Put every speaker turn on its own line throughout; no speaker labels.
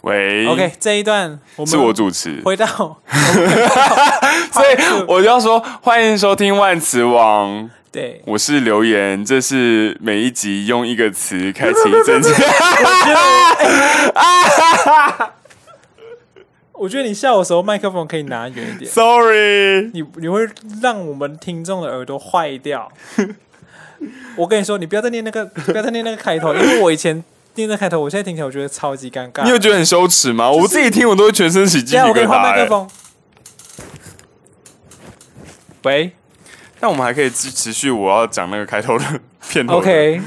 喂
OK，这一段我们
是我主持，
回到，
所以我就要说欢迎收听万磁王，
对，
我是留言，这是每一集用一个词开启一整集。
我觉得你笑的时候麦克风可以拿远一 点，
Sorry，
你你会让我们听众的耳朵坏掉。 我跟你说，你不要再念那个，不要再念那个开头，因为我以前念那开头，我现在听起来我觉得超级尴尬。
你有觉得很羞耻吗？我自己听我都会全身起鸡皮
这啊样我给
疙
你换
瘩、
麦克
欸。
风。喂
哎但我们还可以持持续我要讲那个开头的 片头的
，OK，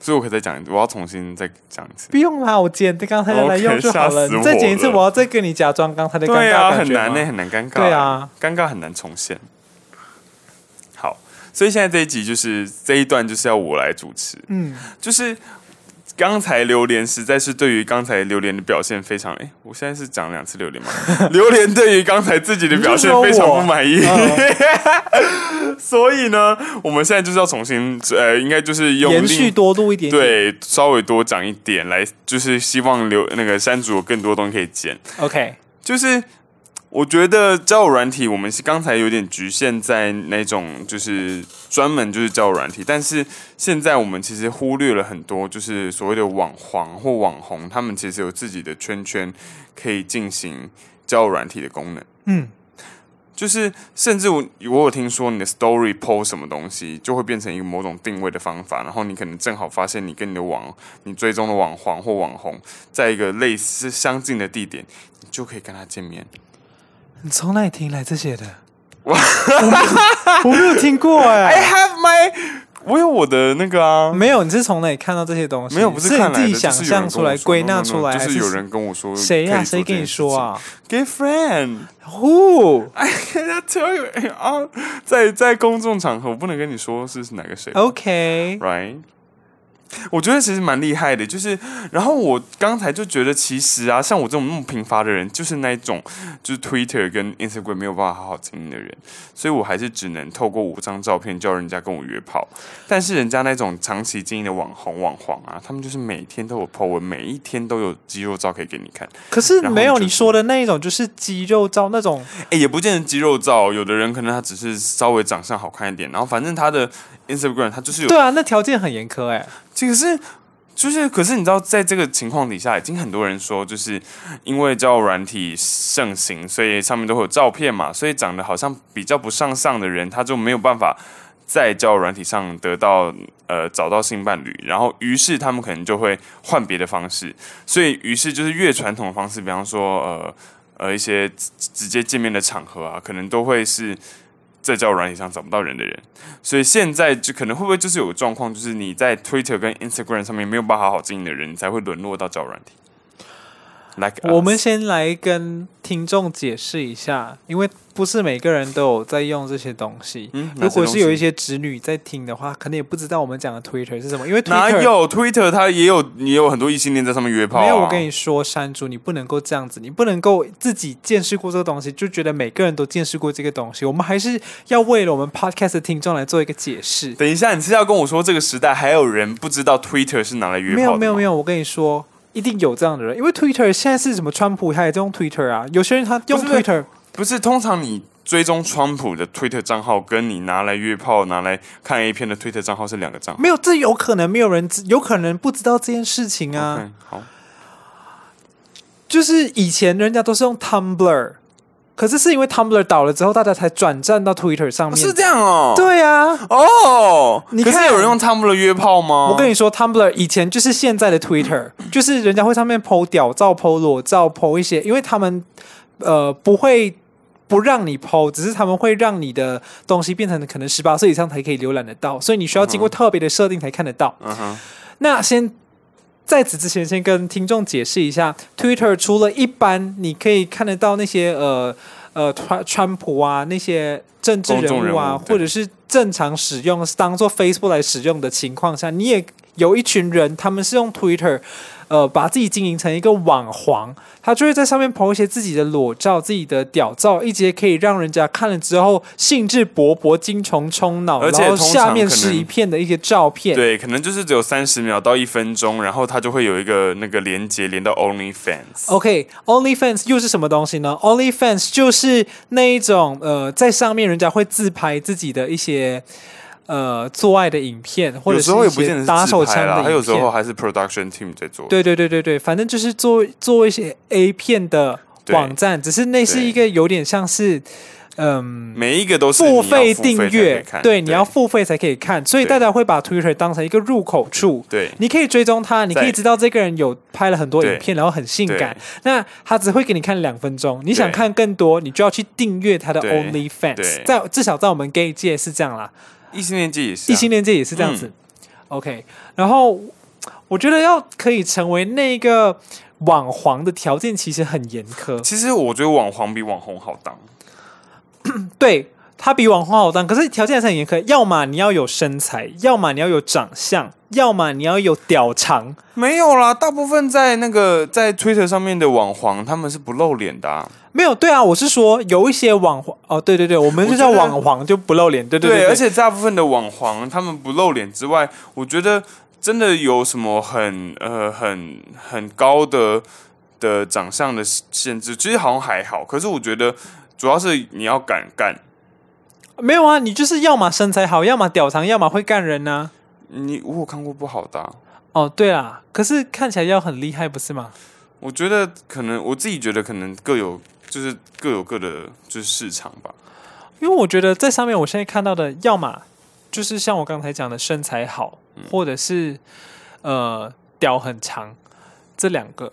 所以我可以再讲，一次，我要重新再讲一次。
不用啦，我剪刚才的来
OK，
用就好了。
吓死我
你再剪一次，
了
我要再跟你假装刚才的尴
对
尬
啊，
感
很
觉
难
吗
呢、很难尴尬。欸
对啊，
尴尬很难重现。好，所以现在这一集就是这一段就是要我来主持，
嗯，
就是刚才榴莲实在是对于刚才榴莲的表现非常，哎、我现在是讲两次榴莲吗？ 榴莲对于刚才自己的表现非常不满意，
哦
所以呢，我们现在就是要重新，呃，应该就是用
延
另
续多录一点点。
对，稍微多讲一点来，就是希望留那个山竹有更多东西可以剪。
，OK，
就是我觉得交友软体，我们是刚才有点局限在那种就是专门就是交友软体，但是现在我们其实忽略了很多，就是所谓的网黄或网红，他们其实有自己的圈圈可以进行交友软体的功能。
嗯，
就是甚至我我有听说你的 story post 什么东西，就会变成一个某种定位的方法，然后你可能正好发现你跟你的网你追踪的网黄或网红，在一个类似相近的地点，你就可以跟他见面。
你从哪里听来这些的？我没有我没有听过 哎、
I have my，我有我的那个啊，
没有，你是从哪里看到这些东西？
没有不
是
是看来的，
你自己
就是
想
有人
象
跟
出
我
来、
说
归
no, no,
纳
no，
出来，
就是
还
有人跟我说
谁呀、
可以做
谁跟
这
你
件
说啊
事情？Good friend，
？Who？
哎呀，tell you 哎啊，在在公众场合我不能跟你说是哪个谁
OK，
right？我觉得其实蛮厉害的，就是，然后我刚才就觉得，其实啊，像我这种那么贫乏的人，就是那一种，就是 Twitter 跟 Instagram 没有办法好好经营的人，所以我还是只能透过五张照片叫人家跟我约炮。但是人家那种长期经营的网红、网黄啊，他们就是每天都有 po 文，每一天都有肌肉照可以给你看。
可是
然后
没有
就是
你说的那一种，就是肌肉照那种。
哎，也不见得肌肉照，有的人可能他只是稍微长相好看一点，然后反正他的 Instagram 他就是有
对啊，那条件很严苛哎、
这个是就是，可是你知道，在这个情况底下，已经很多人说，就是因为交友软体盛行，所以上面都会有照片嘛，所以长得好像比较不上相的人，他就没有办法在交友软体上得到呃找到性伴侣，然后于是他们可能就会换别的方式，所以于是就是越传统的方式，比方说呃呃一些直直接见面的场合啊，可能都会是在交友软体上找不到人的人。所以现在就可能会不会就是有状况，就是你在 Twitter 跟 Instagram 上面没有办法好好经营的人，你才会沦落到交友软体。Like us
我们先来跟听众解释一下，因为不是每个人都有在用这些东西。
嗯哪些
如果是有一
东西
些侄女在听的话，可能也不知道我们讲的 Twitter 是什么，因为 Twitter
哪有 Twitter，它也有也有很多异性恋在上面约炮、啊。
没有，我跟你说，山竹，你不能够这样子，你不能够自己见识过这个东西，就觉得每个人都见识过这个东西。我们还是要为了我们 podcast 的听众来做一个解释。
等一下，你是要跟我说这个时代还有人不知道 Twitter 是拿来约炮
没有，没有，没
有，
有，我跟你说，一定有这样的人，因为 Twitter 现在是什么？川普他也在用 Twitter 啊，有些人他用
不是不是
Twitter，
不是通常你。追踪川普的 Twitter 账号，跟你拿来约炮、拿来看 A 片的 Twitter 账号是两个账号。
没有，这有可能没有人知，有可能不知道这件事情啊。
OK，好，
就是以前人家都是用 Tumblr，可是是因为 Tumblr 倒了之后，大家才转战到 Twitter 上面。
是这样哦。
对啊，
哦，
你
可
看
是有人用 Tumblr 约炮吗？
我跟你说，Tumblr 以前就是现在的 Twitter，就是人家会上面 PO 屌照、PO 裸照、PO 一些，因为他们呃不会不让你 PO，只是他们会让你的东西变成可能十八岁以上才可以浏览得到，所以你需要经过特别的设定才看得到。
嗯哼，
那先在此之前，先跟听众解释一下，Twitter 除了一般你可以看得到那些呃呃川川普啊那些政治
公众
人物啊，
人物对
或者是正常使用当做 Facebook 来使用的情况下，你也有一群人，他们是用 Twitter，呃，把自己经营成一个网黄，他就会在上面 po 一些自己的裸照、自己的屌照，一些可以让人家看了之后兴致勃勃、精虫充脑，
而且
然后
通常
下面
可能
是一片的一些照片。
对，可能就是只有三十秒到一分钟，然后它就会有一个那个连接连到 OnlyFans。
哦 OK，OnlyFans、又是什么东西呢？OnlyFans 就是那一种呃，在上面人家会自拍自己的一些呃做爱的影片，或者
有
是
时候
一
也不
些
见得是
打手
自
枪
拍啦
的，
它有
影
时候
片。
还是 production team 在做。
对对对对对，反正就是做做一些 A 片的网站，只是那是一个有点像是嗯。
每一个都是你
付
要付
费
费
订
才可以
阅
看，
对，你要付费才可以看，所以
对
大家会把 Twitter 当成一个入口处，
对
你可以追踪他，你可以
在
知道这个人有拍了很多影片，然后很性感
对。
那他只会给你看两分钟，你想看更多，你就要去订阅他的
对
OnlyFans。
对
在至少在我们 gay 界是这样啦，
异性恋界也是、啊，
异性恋界也是这样子。OK，然后我觉得要可以成为那个网黄的条件其实很严苛，
其实我觉得网黄比网红好当，
对。他比网红好当，可是条件还是很严苛。要么你要有身材，要么你要有长相，要么你要有屌长。
没有啦，大部分在那个在 Twitter 上面的网黄，他们是不露脸的、啊。
没有，对啊，我是说有一些网黄哦，对对对，我们就叫
我觉得
网黄，就不露脸，对
对
对对，
而且大部分的网黄，他们不露脸之外，我觉得真的有什么很呃很很高的的长相的限制，其实好像还好。可是我觉得主要是你要敢干，
没有啊，你就是要么身材好，要么屌长，要么会干人啊呐、
你我有看过不好的啊、
哦，对啦，可是看起来要很厉害，不是吗？
我觉得可能我自己觉得可能各有就是各有各的就是市场吧。
因为我觉得在上面我现在看到的，要么就是像我刚才讲的身材好，
嗯
或者是呃屌很长，这两个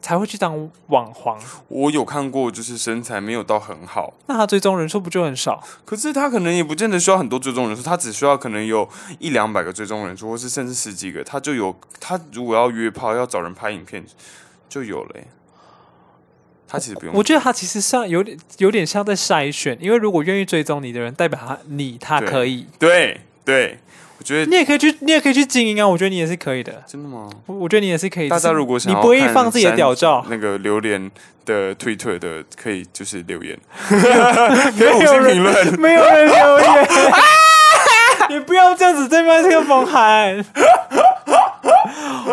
才会去当网黄。
我有看过，就是身材没有到很好，
那他追踪人数不就很少？
可是他可能也不见得需要很多追踪人数，他只需要可能有一两百个追踪人数，或是甚至十几个，他就有。他如果要约炮，要找人拍影片，就有了欸、他其实不用，
我觉得他其实像有点有点像在筛选，因为如果愿意追踪你的人，代表他你他
对
可以，
对对，我觉得
你也可以去，你也可以去经营啊。我觉得你也是可以的，
真的吗？
我我觉得你也是可以。
大
只
家
是
如果想
你
要
不会
看
放自己的
山
屌照，
那个榴莲的推特的，可以就是留 言，
没
给五星评论。
没有人留 言。你不要这样子对麦克风喊。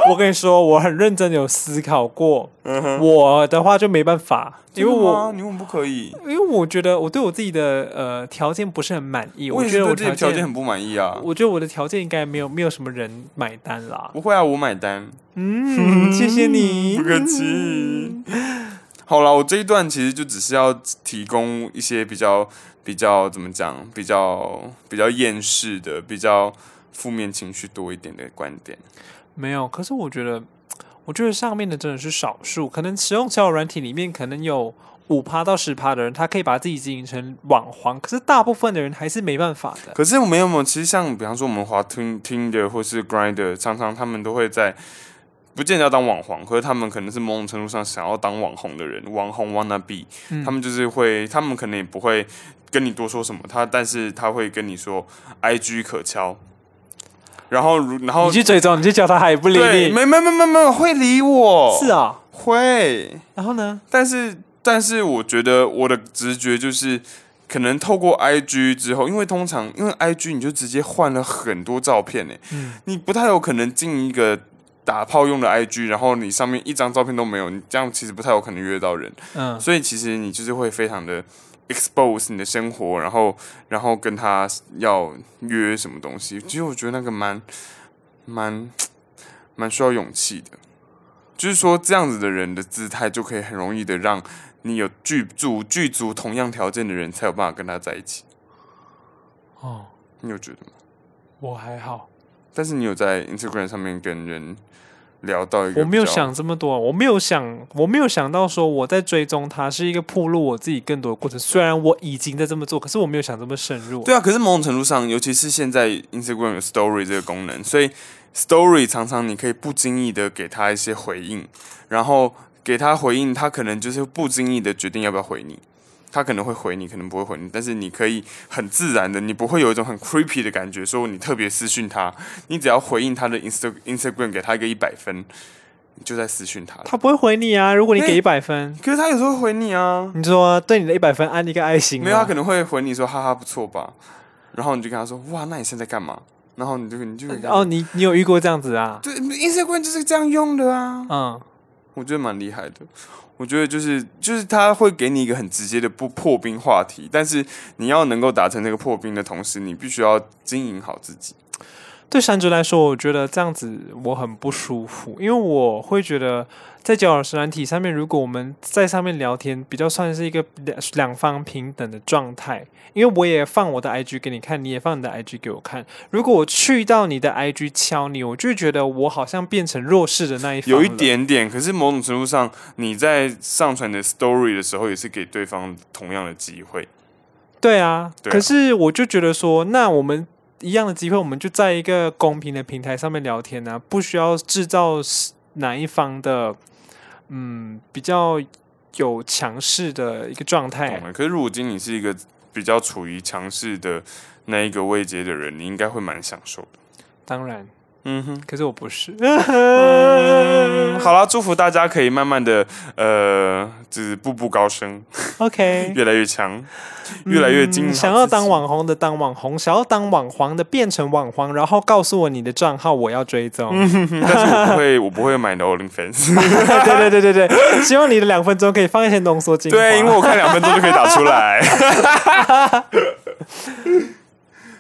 我跟你说，我很认真地有思考过，我的话就没办法，因为
嗯真的吗
我
你们不可以，
因为我觉得我对我自己的呃条件不是很满意，
我也
觉
是
得我
对自己的条件很不满意啊。
我觉得我的条件应该没有没有什么人买单啦。
不会啊，我买单。
嗯， 谢谢你
不。客气。好了，我这一段其实就只是要提供一些比较、比较怎么讲，比较、比较厌世的、比较负面情绪多一点的观点。
没有，可是我觉得，我觉得上面的真的是少数，可能使用交友软体里面可能有五趴到十趴的人，他可以把自己经营成网黄，可是大部分的人还是没办法的。
可是我们有没有？其实像比方说我们滑 Tin Tinder 或是 Grinder，常常他们都会在不见得要当网红，可是他们可能是某种程度上想要当网红的人，网红 wanna be，、他
嗯
们就是会，他们可能也不会跟你多说什么，他但是他会跟你说 IG 可敲，然后如然后
你去追踪，你去叫他，他也不理
对，
你。
没没没没没会理我，
是啊，
会。
然后呢？
但是，但是我觉得我的直觉就是，可能透过 IG 之后，因为通常因为 IG 你就直接换了很多照片呢、你不太有可能进一个打炮用的 IG，然后你上面一张照片都没有，你这样其实不太有可能约到人，
嗯，
所以其实你就是会非常的。expose 你的生活，然后，然后跟他要约什么东西，其实我觉得那个蛮，蛮，蛮需要勇气的。就是说，这样子的人的姿态，就可以很容易的让你有具足具足同样条件的人，才有办法跟他在一起。
哦，
你有觉得吗？
我还好，
但是你有在 Instagram 上面跟人聊到一个，
我没有，想这么多，我没有想，我没有想到说我在追踪他是一个铺路我自己更多的过程。虽然我已经在这么做，可是我没有想这么深入。
对啊。可是某种程度上，尤其是现在 Instagram 有 Story 这个功能，所以 Story 常常你可以不经意的给他一些回应，然后给他回应，他可能就是不经意的决定要不要回你。他可能会回你，可能不会回你，但是你可以很自然的，你不会有一种很 creepy 的感觉，说你特别私讯他，你只要回应他的 Insta Instagram，给他一个一百分，你就在私讯他了。
他不会回你啊。如果你给
对
一百分，
可是他有时候会回你啊，
你说对你的一百分按一个爱心啊吗，
没有，啊他可能会回你说哈哈不错吧，然后你就跟他说哇，那你现在干嘛？然后你就你就给他
哦，，你你有遇过这样子啊？
对，Instagram 就是这样用的啊。
嗯，
我觉得蛮厉害的。我觉得就是就是他会给你一个很直接的不破冰话题，但是你要能够达成这个破冰的同时，你必须要经营好自己。
对山竹来说，我觉得这样子我很不舒服，因为我会觉得在交友软体上面，如果我们在上面聊天，比较算是一个两两方平等的状态，因为我也放我的 IG 给你看，你也放你的 IG 给我看。如果我去到你的 IG 敲你，我就会觉得我好像变成弱势的那一方了，
有一点点，可是某种程度上，你在上传的 story 的时候，也是给对方同样的机会。
对啊，
对啊
可是我就觉得说，那我们一样的机会，我们就在一个公平的平台上面聊天啊，不需要制造是哪一方的，嗯，比较有强势的一个状态
懂。了。可是如果今天你是一个比较处于强势的那一个位阶的人，你应该会蛮享受的。
当然，
嗯哼，
可是我不是。
嗯，好啦，祝福大家可以慢慢的，呃，就是步步高升，
OK，
越来越强，越来越精、
嗯想要当，网红的当网红，想要当网黄的变成网黄，然后告诉我你的账号，我要追踪。
但是我不会，我不会买 n o l i n fans。
对对对对对，希望你的两分钟可以放一些浓缩精 华。
对，因为我看两分钟就可以打出来。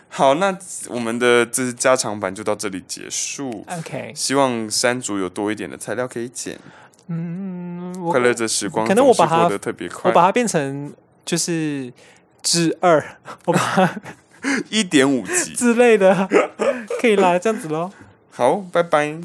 好，那我们的这是加长版就到这里结束。
OK，
希望山竹有多一点的材料可以剪。
嗯，我
快乐的时光
可能我
总
把
是
它
过得特别
我
快，
把它变成就是之二，我把它
一点五级。
之类的，可以啦，这样子喽。
好，拜拜。